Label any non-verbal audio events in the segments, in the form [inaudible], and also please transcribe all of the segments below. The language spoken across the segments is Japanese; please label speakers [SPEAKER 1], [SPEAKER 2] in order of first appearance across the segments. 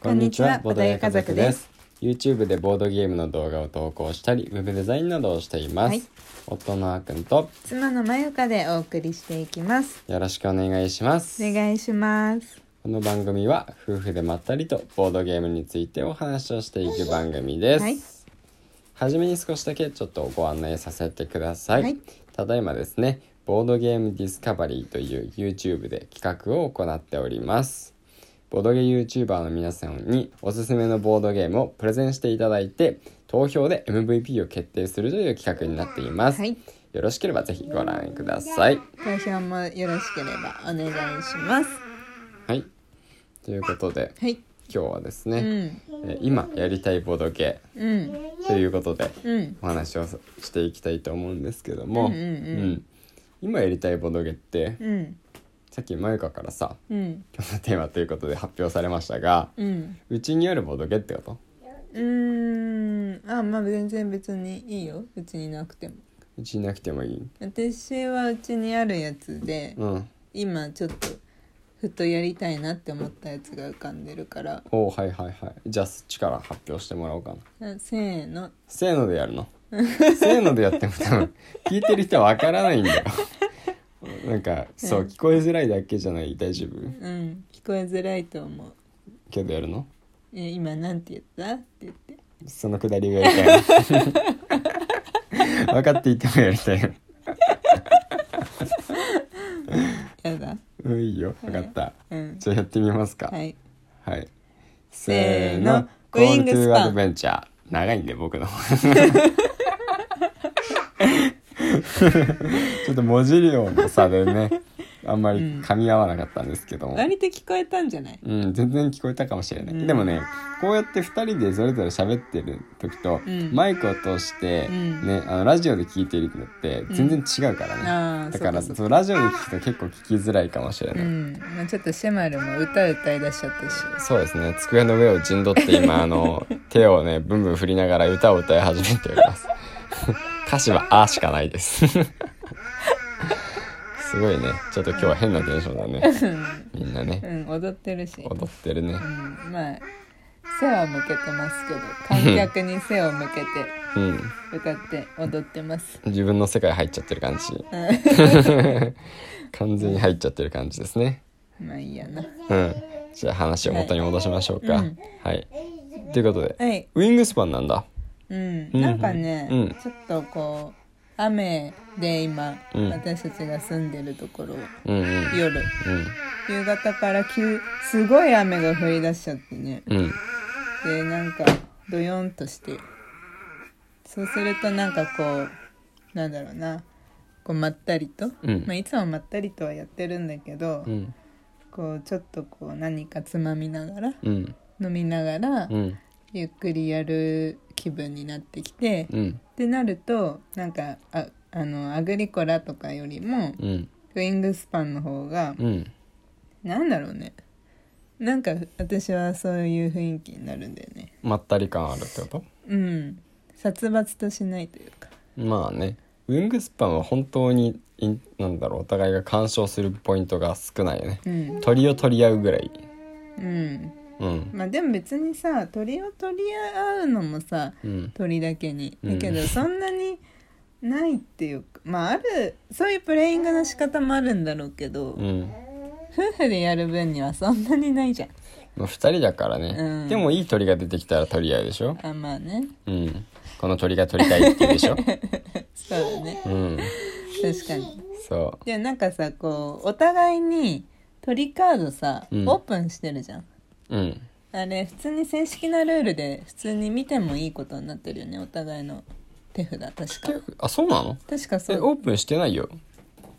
[SPEAKER 1] こんにちはボドゲ家族です。
[SPEAKER 2] YouTube でボードゲームの動画を投稿したり、ウェブデザインなどをしています。
[SPEAKER 1] はい
[SPEAKER 2] 夫のあーくんと
[SPEAKER 1] 妻のまゆかでお送りしていきます
[SPEAKER 2] よろしくお願いします。
[SPEAKER 1] お願いします
[SPEAKER 2] この番組は夫婦でまったりとボードゲームについてお話をしていく番組です。
[SPEAKER 1] はい
[SPEAKER 2] はじめに少しだけちょっとご案内させてください。
[SPEAKER 1] はい
[SPEAKER 2] ただいまですね、ボードゲームディスカバリーという YouTube で企画を行っております。ボードゲ YouTuber の皆さんにおすすめのボードゲームをプレゼンしていただいて、投票で MVP を決定するという企画になっています。
[SPEAKER 1] はい
[SPEAKER 2] よろしければぜひご覧ください。
[SPEAKER 1] 投票もよろしければお願いします
[SPEAKER 2] はい。ということで、
[SPEAKER 1] はい
[SPEAKER 2] 今日はです
[SPEAKER 1] う
[SPEAKER 2] ね、
[SPEAKER 1] ん
[SPEAKER 2] えー今やりたいボードゲ
[SPEAKER 1] うん
[SPEAKER 2] ーということで
[SPEAKER 1] うん
[SPEAKER 2] お話をしていきたいと思うんですけども、
[SPEAKER 1] うんうんうん
[SPEAKER 2] 今やりたいボードゲーって
[SPEAKER 1] うん
[SPEAKER 2] さっきまゆかからさ
[SPEAKER 1] うん
[SPEAKER 2] 今日のテーマということで発表されましたが
[SPEAKER 1] うん
[SPEAKER 2] うちにあるボードゲーってこと
[SPEAKER 1] うーんあまあ全然別にいいようちになくても
[SPEAKER 2] うちになくてもいい
[SPEAKER 1] 私はうちにあるやつで
[SPEAKER 2] うん
[SPEAKER 1] 今ちょっとふとやりたいなって思ったやつが浮かんでるから
[SPEAKER 2] おおはいはいはいじゃあそっちから発表してもらおうかな
[SPEAKER 1] あせーの
[SPEAKER 2] せーのでやる
[SPEAKER 1] [laughs]
[SPEAKER 2] のせーのでやっても多分聞いてる人はわからないんだよなんかそう聞こえづらいだけじゃない大丈夫
[SPEAKER 1] うん聞こえづらいと思う
[SPEAKER 2] けどやるの
[SPEAKER 1] え今なんて言ったって言って
[SPEAKER 2] そのくだりがやりたい [laughs] 分かっていてもやりたいよ
[SPEAKER 1] やだ
[SPEAKER 2] うんいいよ分かった、
[SPEAKER 1] うん
[SPEAKER 2] じゃあやってみますか
[SPEAKER 1] は
[SPEAKER 2] はい、
[SPEAKER 1] い
[SPEAKER 2] せー
[SPEAKER 1] せーの
[SPEAKER 2] の「コール・ト
[SPEAKER 1] ウィングス
[SPEAKER 2] ゥ・
[SPEAKER 1] パン
[SPEAKER 2] アドベンチャー」長いんで僕の [laughs] ちょっと文字量の差でねあんまり噛み合わなかったんですけども、うん
[SPEAKER 1] 割と聞こえたんじゃない
[SPEAKER 2] 全然聞こえたかもしれない、
[SPEAKER 1] うん
[SPEAKER 2] でもねこうやって2人でそれぞれ喋ってる時と、
[SPEAKER 1] うん
[SPEAKER 2] マイクを通して、
[SPEAKER 1] うん
[SPEAKER 2] ね、あのラジオで聞いてるのって全然違うからね、
[SPEAKER 1] ああ
[SPEAKER 2] だから
[SPEAKER 1] そ
[SPEAKER 2] そ
[SPEAKER 1] うかそう
[SPEAKER 2] うラジオで聞くと結構聞きづらいかもしれ
[SPEAKER 1] う
[SPEAKER 2] ない、
[SPEAKER 1] ん、まあ、ちょっとシェマルも歌歌いだしちゃったし
[SPEAKER 2] そうですね机の上を陣取って今あ
[SPEAKER 1] [laughs]
[SPEAKER 2] の手をねブンブン振りながら歌を歌い始めております歌詞は「あ」しかないです
[SPEAKER 1] [laughs]
[SPEAKER 2] すごいねちょっと今日は変なテンションだねみんな
[SPEAKER 1] う
[SPEAKER 2] ね
[SPEAKER 1] ん踊ってるし、
[SPEAKER 2] 踊ってるね
[SPEAKER 1] うん、まあ背は向けてますけど観客に背を向けて
[SPEAKER 2] うん
[SPEAKER 1] 歌って踊ってます
[SPEAKER 2] 自分の世界入っちゃってる感じ完全に入っちゃってる感じですね
[SPEAKER 1] まあいいやな
[SPEAKER 2] うんじゃあ話を元に戻しましょうか
[SPEAKER 1] は
[SPEAKER 2] はいい、
[SPEAKER 1] うん
[SPEAKER 2] ということで
[SPEAKER 1] はい
[SPEAKER 2] ウィングスパンなんだ
[SPEAKER 1] うん
[SPEAKER 2] うん
[SPEAKER 1] なんかね、
[SPEAKER 2] うん
[SPEAKER 1] ちょっとこう雨で今、
[SPEAKER 2] うん
[SPEAKER 1] 私たちが住んでるところ
[SPEAKER 2] うんうん
[SPEAKER 1] 夜
[SPEAKER 2] うん
[SPEAKER 1] 夕方から急すごい雨が降り出しちゃってね
[SPEAKER 2] うん
[SPEAKER 1] でなんかドヨンとしてそうするとなんかこうなんだろうなこうまったりと、
[SPEAKER 2] うん
[SPEAKER 1] まあ、いつもまったりとはやってるんだけど、
[SPEAKER 2] うん
[SPEAKER 1] こうちょっとこう何かつまみながら
[SPEAKER 2] うん
[SPEAKER 1] 飲みながら、
[SPEAKER 2] うん
[SPEAKER 1] ゆっくりやる気分になってきて、っ
[SPEAKER 2] うん
[SPEAKER 1] てなるとなんかああのアグリコラとかよりも
[SPEAKER 2] うん
[SPEAKER 1] ウィングスパンの方が、
[SPEAKER 2] うん
[SPEAKER 1] なんだろうねなんか私はそういう雰囲気になるんだよね
[SPEAKER 2] まったり感あるってこと
[SPEAKER 1] うん殺伐としないというか
[SPEAKER 2] まあねウィングスパンは本当にいなんだろうお互いが干渉するポイントが少ないよね
[SPEAKER 1] うん
[SPEAKER 2] 鳥を取り合うぐらい
[SPEAKER 1] うん
[SPEAKER 2] うん
[SPEAKER 1] まあでも別にさ鳥を取り合うのもさ
[SPEAKER 2] うん
[SPEAKER 1] 鳥だけに
[SPEAKER 2] う
[SPEAKER 1] だ
[SPEAKER 2] ん
[SPEAKER 1] けどそんなにないっていうかまああるそういうプレイングの仕方もあるんだろうけど、
[SPEAKER 2] うん
[SPEAKER 1] 夫婦でやる分にはそんなにないじゃん
[SPEAKER 2] まあ二人だからね、
[SPEAKER 1] うん
[SPEAKER 2] でもいい鳥が出てきたら取り合うでしょ
[SPEAKER 1] あまあね
[SPEAKER 2] うんこの鳥が取りたいって言うで
[SPEAKER 1] [laughs]
[SPEAKER 2] しょ
[SPEAKER 1] そうだね
[SPEAKER 2] うん
[SPEAKER 1] 確かに
[SPEAKER 2] そ
[SPEAKER 1] でもなんかさこうお互いに鳥カードさ、
[SPEAKER 2] うん
[SPEAKER 1] オープンしてるじゃん
[SPEAKER 2] ううん
[SPEAKER 1] あれ普通に正式なルールで普通に見てもいいことになってるよねお互いの手札確か
[SPEAKER 2] あそうなの
[SPEAKER 1] 確かそ
[SPEAKER 2] え
[SPEAKER 1] う
[SPEAKER 2] オープンしてないよ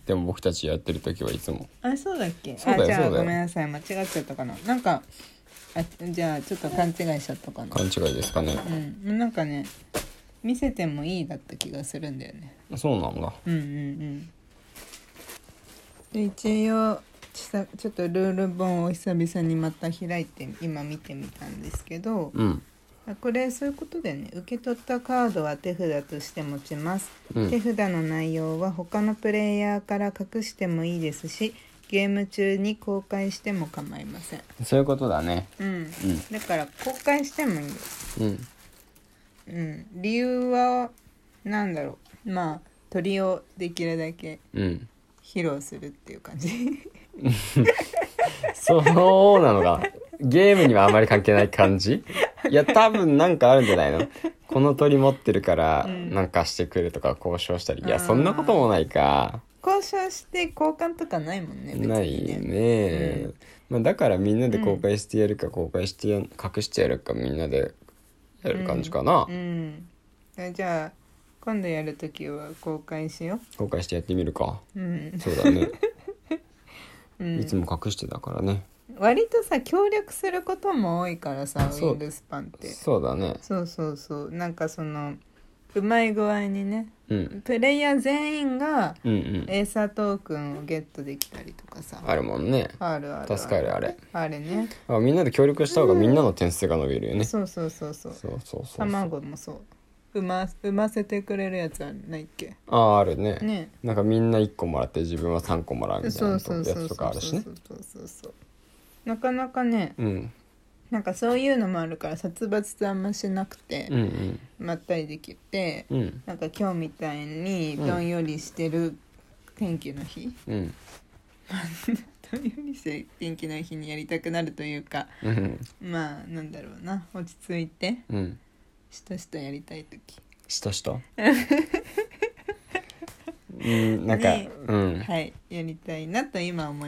[SPEAKER 2] でも僕たちやってる時はいつも
[SPEAKER 1] あそうだっけ
[SPEAKER 2] そうだよ
[SPEAKER 1] あじゃあ
[SPEAKER 2] そうだ
[SPEAKER 1] ご
[SPEAKER 2] よ
[SPEAKER 1] めんなさい間違っちゃったかななんかあじゃあちょっと勘違いしちゃったかな
[SPEAKER 2] 勘違いですかね
[SPEAKER 1] うんなんかね見せてもいいだった気がするんだよね
[SPEAKER 2] そうなんだ
[SPEAKER 1] うんうんうんで一応ちさちょっとルール本を久々にまた開いて今見てみたんですけど、
[SPEAKER 2] うん
[SPEAKER 1] あこれそういうことだよね受け取ったカードは手札として持ちます、
[SPEAKER 2] うん
[SPEAKER 1] 手札の内容は他のプレイヤーから隠してもいいですしゲーム中に公開しても構いません
[SPEAKER 2] そういうことだね
[SPEAKER 1] うん
[SPEAKER 2] うん
[SPEAKER 1] だから公開してもいいよ
[SPEAKER 2] うん
[SPEAKER 1] うん理由はなんだろうまあ鳥をできるだけ
[SPEAKER 2] うん
[SPEAKER 1] 披露するっていう感じ [laughs]
[SPEAKER 2] そうなのかゲームにはあまり関係ない感じいや多分なんかあるんじゃないのこの鳥持ってるからなんかしてくるとか交渉したり、いやそんなこともないか
[SPEAKER 1] 交渉して交換とかないもんね別にね
[SPEAKER 2] ないね、まあ、だからみんなで公開してやるか公開してや隠してやるかみんなでやる感じかな、
[SPEAKER 1] うんえじゃあ今度やるときは公開しよ
[SPEAKER 2] 公開してやってみるか
[SPEAKER 1] ううん、
[SPEAKER 2] そうだね、
[SPEAKER 1] [laughs] うん
[SPEAKER 2] いつも隠してたからね
[SPEAKER 1] 割とさ協力することも多いからさウ
[SPEAKER 2] そう
[SPEAKER 1] ィングスパンって
[SPEAKER 2] そうだね
[SPEAKER 1] そうそうそうなんかそのうまい具合にね
[SPEAKER 2] うん
[SPEAKER 1] プレイヤー全員が
[SPEAKER 2] うんうん
[SPEAKER 1] エーサートークンをゲットできたりとかさ
[SPEAKER 2] あるもんね
[SPEAKER 1] あるある
[SPEAKER 2] 助かるあれ
[SPEAKER 1] あれね
[SPEAKER 2] あみんなで協力した方がみんなの点数が伸びるよね、
[SPEAKER 1] そうそうそうそう
[SPEAKER 2] そうそうそうそう
[SPEAKER 1] 卵もそう産ま産ませてくれるやつはないっけ
[SPEAKER 2] あああるね
[SPEAKER 1] ね
[SPEAKER 2] なんかみんな1個もらって自分は3個もらうみたい
[SPEAKER 1] そ
[SPEAKER 2] な
[SPEAKER 1] う
[SPEAKER 2] と
[SPEAKER 1] そう
[SPEAKER 2] や
[SPEAKER 1] そう
[SPEAKER 2] つと
[SPEAKER 1] そう
[SPEAKER 2] か
[SPEAKER 1] そ
[SPEAKER 2] あ
[SPEAKER 1] う
[SPEAKER 2] るし
[SPEAKER 1] そ
[SPEAKER 2] ね
[SPEAKER 1] うそうそうなかなかね
[SPEAKER 2] うん
[SPEAKER 1] なんかそういうのもあるから殺伐とあんましなくて
[SPEAKER 2] うん
[SPEAKER 1] まったりできて
[SPEAKER 2] うんうん
[SPEAKER 1] なんか今日みたいにどんよりしてる天気の日、
[SPEAKER 2] うん
[SPEAKER 1] どんよりしてる天気の日にやりたくなるというか
[SPEAKER 2] うん
[SPEAKER 1] まあなんだろうな落ち着いて
[SPEAKER 2] うん
[SPEAKER 1] しとしとやりたい時
[SPEAKER 2] した
[SPEAKER 1] [laughs]
[SPEAKER 2] したうんなんか、
[SPEAKER 1] ね
[SPEAKER 2] うん
[SPEAKER 1] はいやりたいなと今思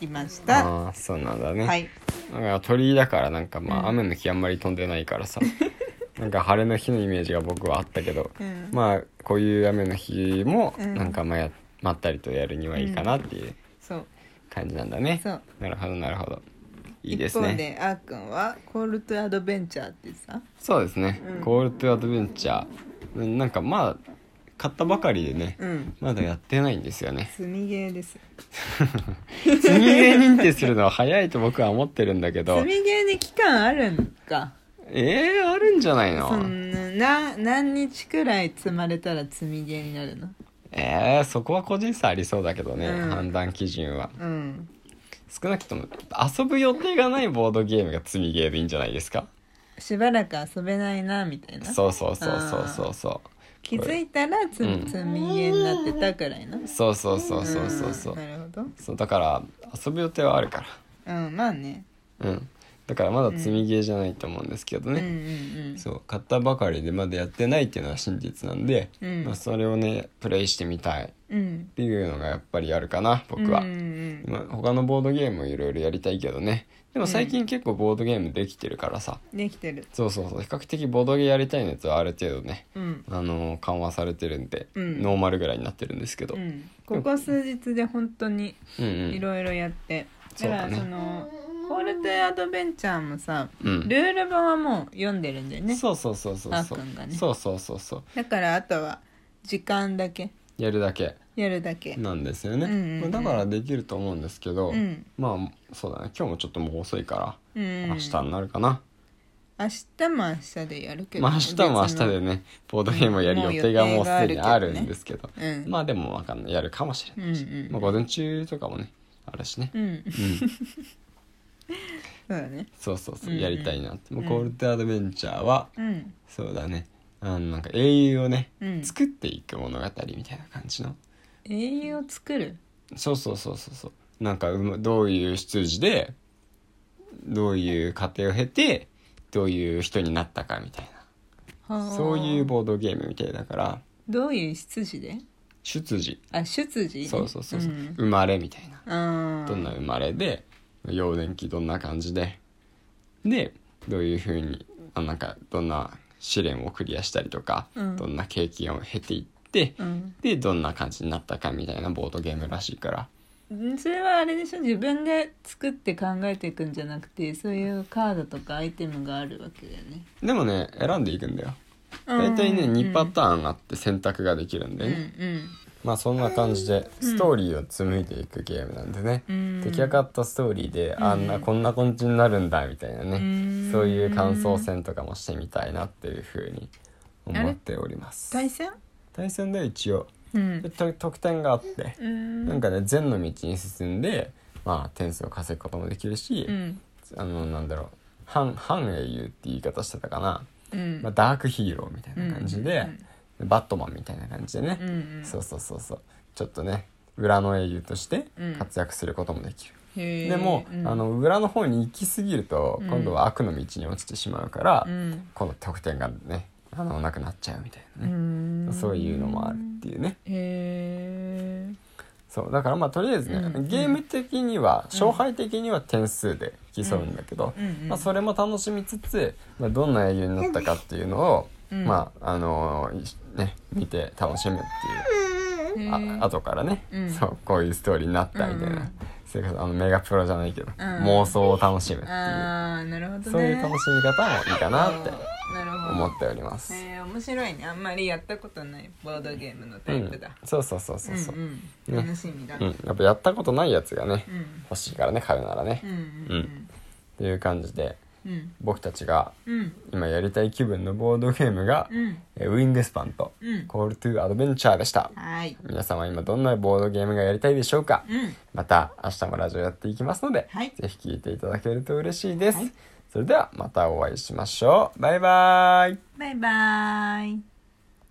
[SPEAKER 1] いました。
[SPEAKER 2] ああそうなんだね、
[SPEAKER 1] はい
[SPEAKER 2] なんか鳥居だからなんかま
[SPEAKER 1] うん
[SPEAKER 2] あ雨の日あんまり飛んでないから
[SPEAKER 1] [laughs]
[SPEAKER 2] さなんか晴れの日のイメージが僕はあったけど
[SPEAKER 1] うん
[SPEAKER 2] まあこういう雨の日も
[SPEAKER 1] うん
[SPEAKER 2] なんかまあやまったりとやるにはいいかなっていう
[SPEAKER 1] そう
[SPEAKER 2] 感じなんだね、
[SPEAKER 1] そう
[SPEAKER 2] なるほどなるほどいいです
[SPEAKER 1] 一方
[SPEAKER 2] ね
[SPEAKER 1] であーくんは「コールトゥアドベンチャー」ってさ
[SPEAKER 2] そうですね、
[SPEAKER 1] うん
[SPEAKER 2] ゴールドアドベンチャーうんなんかまあ買ったばかりでね
[SPEAKER 1] うん
[SPEAKER 2] まだやってないんですよね
[SPEAKER 1] 積みゲーです
[SPEAKER 2] 積み上認定するのは早いと僕は思ってるんだけど
[SPEAKER 1] 積みゲーに期間あるんか
[SPEAKER 2] えー、あるんじゃないの
[SPEAKER 1] そんなな何日くらい積まれたら積みゲーになるの
[SPEAKER 2] えー、そこは個人差ありそうだけどね、
[SPEAKER 1] うん
[SPEAKER 2] 判断基準は
[SPEAKER 1] うん
[SPEAKER 2] 少なくとも遊ぶ予定がないボードゲームが積みゲーでいいんじゃないですか
[SPEAKER 1] しばらく遊べないなみたいな
[SPEAKER 2] そうそうそうそうそうそう
[SPEAKER 1] 気づいたら積み,、
[SPEAKER 2] うん
[SPEAKER 1] 積みゲーになってたくらいな
[SPEAKER 2] そうそうそうそうそうそう,、
[SPEAKER 1] んなるほど
[SPEAKER 2] そうだから遊ぶ予定はあるか
[SPEAKER 1] うんまあね
[SPEAKER 2] らうんだからまだ積みゲーじゃないと思うんですけど
[SPEAKER 1] うんう
[SPEAKER 2] ね、
[SPEAKER 1] んうん
[SPEAKER 2] そう買ったばかりでまだやってないっていうのは真実なんで、
[SPEAKER 1] うん
[SPEAKER 2] まあ、それをねプレイしてみたいっ
[SPEAKER 1] うん
[SPEAKER 2] ていうのがやっぱりあるかな僕は、
[SPEAKER 1] うんうん
[SPEAKER 2] まあ他のボードゲームをいろいろやりたいけどねでも最近結構ボードゲームできてるからさ、
[SPEAKER 1] うんできてる
[SPEAKER 2] そうそうそう比較的ボードゲーやりたいのやつはある程度ね、
[SPEAKER 1] うん
[SPEAKER 2] あのー緩和されてるんで、
[SPEAKER 1] うん
[SPEAKER 2] ノーマルぐらいになってるんですけど、
[SPEAKER 1] う
[SPEAKER 2] うん、
[SPEAKER 1] んここ数日で本当に
[SPEAKER 2] うん
[SPEAKER 1] いろいろやって、
[SPEAKER 2] そう
[SPEAKER 1] だ
[SPEAKER 2] だ
[SPEAKER 1] か
[SPEAKER 2] ね
[SPEAKER 1] らその「コール・トゥ・アドベンチャー」もさ、
[SPEAKER 2] うん
[SPEAKER 1] ルール本はもう読んでるんだよね
[SPEAKER 2] そうそうそうそう
[SPEAKER 1] あ
[SPEAKER 2] そ
[SPEAKER 1] ー
[SPEAKER 2] う
[SPEAKER 1] くんがね
[SPEAKER 2] そうそうそうそう
[SPEAKER 1] だからあとは時間だけ
[SPEAKER 2] やるだけ
[SPEAKER 1] やるだけ
[SPEAKER 2] なんですよね、
[SPEAKER 1] うんうんうん
[SPEAKER 2] まあだからできると思うんですけど、
[SPEAKER 1] うん
[SPEAKER 2] まあそうだね今日もちょっともう遅いから
[SPEAKER 1] うん
[SPEAKER 2] 明日になるかな、
[SPEAKER 1] 明日も明日でやるけど
[SPEAKER 2] まあ明日も明日で
[SPEAKER 1] 別
[SPEAKER 2] ねボードゲームをやる予定がもうすでにあるんですけど、
[SPEAKER 1] のうん、
[SPEAKER 2] まあでもわかんないやるかもしれな
[SPEAKER 1] う
[SPEAKER 2] い、
[SPEAKER 1] んうん
[SPEAKER 2] まあ、午前中とかもねあるしね、
[SPEAKER 1] うんそ
[SPEAKER 2] う
[SPEAKER 1] う
[SPEAKER 2] ん
[SPEAKER 1] だね
[SPEAKER 2] そうそうそう
[SPEAKER 1] うんうん
[SPEAKER 2] やりたいなって、もううんゴールドアドベンチャーは、
[SPEAKER 1] うん
[SPEAKER 2] そうだねあのなんか英雄をね、
[SPEAKER 1] うん
[SPEAKER 2] 作っていく物語みたいな感じの
[SPEAKER 1] 英雄を作る
[SPEAKER 2] そうそうそうそうそうなんかうまどういう出自でどういう過程を経てどういう人になったかみたい
[SPEAKER 1] は
[SPEAKER 2] な
[SPEAKER 1] あ
[SPEAKER 2] そういうボードゲームみたいだから
[SPEAKER 1] どういう出自で
[SPEAKER 2] 出自
[SPEAKER 1] あ出自
[SPEAKER 2] そうそうそうそう、
[SPEAKER 1] ん、
[SPEAKER 2] 生まれみたいな
[SPEAKER 1] あー
[SPEAKER 2] どんな生まれで幼年期どんな感じででどういうふうにあなんかどんな試練をクリアしたりとか、
[SPEAKER 1] うん
[SPEAKER 2] どんな経験を経ていって、
[SPEAKER 1] うん
[SPEAKER 2] でどんな感じになったかみたいなボードゲームらしいから
[SPEAKER 1] んそれはあれでしょ自分で作って考えていくんじゃなくてそういうカードとかアイテムがあるわけだよね
[SPEAKER 2] でもね選んでいくんだよ大体ね2パ
[SPEAKER 1] ー
[SPEAKER 2] ターンあって選択ができるんで
[SPEAKER 1] ン
[SPEAKER 2] ね、まあそんな感じでストーリーを紡いでいくゲームなんでね、
[SPEAKER 1] うん
[SPEAKER 2] 出来上がったストーリーであんなこんな感じになるんだみたいなね、
[SPEAKER 1] うん
[SPEAKER 2] そういう感想戦とかもしてみたいなっていうふうに思っております
[SPEAKER 1] 対戦
[SPEAKER 2] 対戦では一応
[SPEAKER 1] う
[SPEAKER 2] で
[SPEAKER 1] ん
[SPEAKER 2] と得点があって、
[SPEAKER 1] うん
[SPEAKER 2] なんかね善の道に進んでまあ点数を稼ぐこともできるし、
[SPEAKER 1] うん
[SPEAKER 2] あのなんだろう反反英雄って言い方してたかな、
[SPEAKER 1] うん
[SPEAKER 2] まあ、ダークヒーローみたいな感じで、バットマンみたいな感じでね、
[SPEAKER 1] うんうん
[SPEAKER 2] そうそうそうそうちょっとね裏の英雄として
[SPEAKER 1] うん
[SPEAKER 2] 活躍することもできる、
[SPEAKER 1] へー
[SPEAKER 2] でも、
[SPEAKER 1] うん
[SPEAKER 2] あの裏の方に行き過ぎると
[SPEAKER 1] うん
[SPEAKER 2] 今度は悪の道に落ちてしまうから、
[SPEAKER 1] うん
[SPEAKER 2] 今度得点がねあのなくなっちゃうみたいな
[SPEAKER 1] う
[SPEAKER 2] ね、
[SPEAKER 1] ん
[SPEAKER 2] そういうのもあるっていうね
[SPEAKER 1] へ
[SPEAKER 2] そうだからまあとりあえずね、
[SPEAKER 1] うん
[SPEAKER 2] ゲーム的には勝敗的には点数で競うんだけど、
[SPEAKER 1] えうんうん
[SPEAKER 2] まあ、それも楽しみつつ、まあ、どんな英雄になったかっていうのを、
[SPEAKER 1] うん
[SPEAKER 2] まああのいね見て楽しむって
[SPEAKER 1] へ
[SPEAKER 2] いう、
[SPEAKER 1] ー
[SPEAKER 2] あ後からね、
[SPEAKER 1] うん
[SPEAKER 2] そうこういうストーリーになったみたいな、
[SPEAKER 1] うんうん
[SPEAKER 2] それこそあのメガプロじゃないけど、
[SPEAKER 1] ん
[SPEAKER 2] 妄想を楽しむっていう
[SPEAKER 1] あーなるほどね
[SPEAKER 2] そういう楽しみ方もいいかなって
[SPEAKER 1] なるほど
[SPEAKER 2] 思っております。
[SPEAKER 1] えー、面白いねあんまりやったことないボードゲームのタ
[SPEAKER 2] う
[SPEAKER 1] イプ
[SPEAKER 2] ん
[SPEAKER 1] だ、、
[SPEAKER 2] そうそうそうそうそう、
[SPEAKER 1] んうん
[SPEAKER 2] ね
[SPEAKER 1] 楽しみだ、
[SPEAKER 2] うんやっぱやったことないやつがね、
[SPEAKER 1] うん
[SPEAKER 2] 欲しいからね買うならね、
[SPEAKER 1] う
[SPEAKER 2] っ
[SPEAKER 1] ん
[SPEAKER 2] ていう感じで
[SPEAKER 1] うんうん
[SPEAKER 2] 僕たちが
[SPEAKER 1] うん
[SPEAKER 2] 今やりたい気分のボードゲームが、
[SPEAKER 1] うん
[SPEAKER 2] えーウィングスパンと
[SPEAKER 1] うん
[SPEAKER 2] コールトゥーアドベンチャーでした、
[SPEAKER 1] はい
[SPEAKER 2] 皆様今どんなボードゲームがやりたいでしょうか、
[SPEAKER 1] うん
[SPEAKER 2] また明日もラジオやっていきますので、
[SPEAKER 1] はい
[SPEAKER 2] ぜひ聴いていただけると嬉しいです、
[SPEAKER 1] はい
[SPEAKER 2] それではまたお会いしましょうバイバイ
[SPEAKER 1] バイバーイ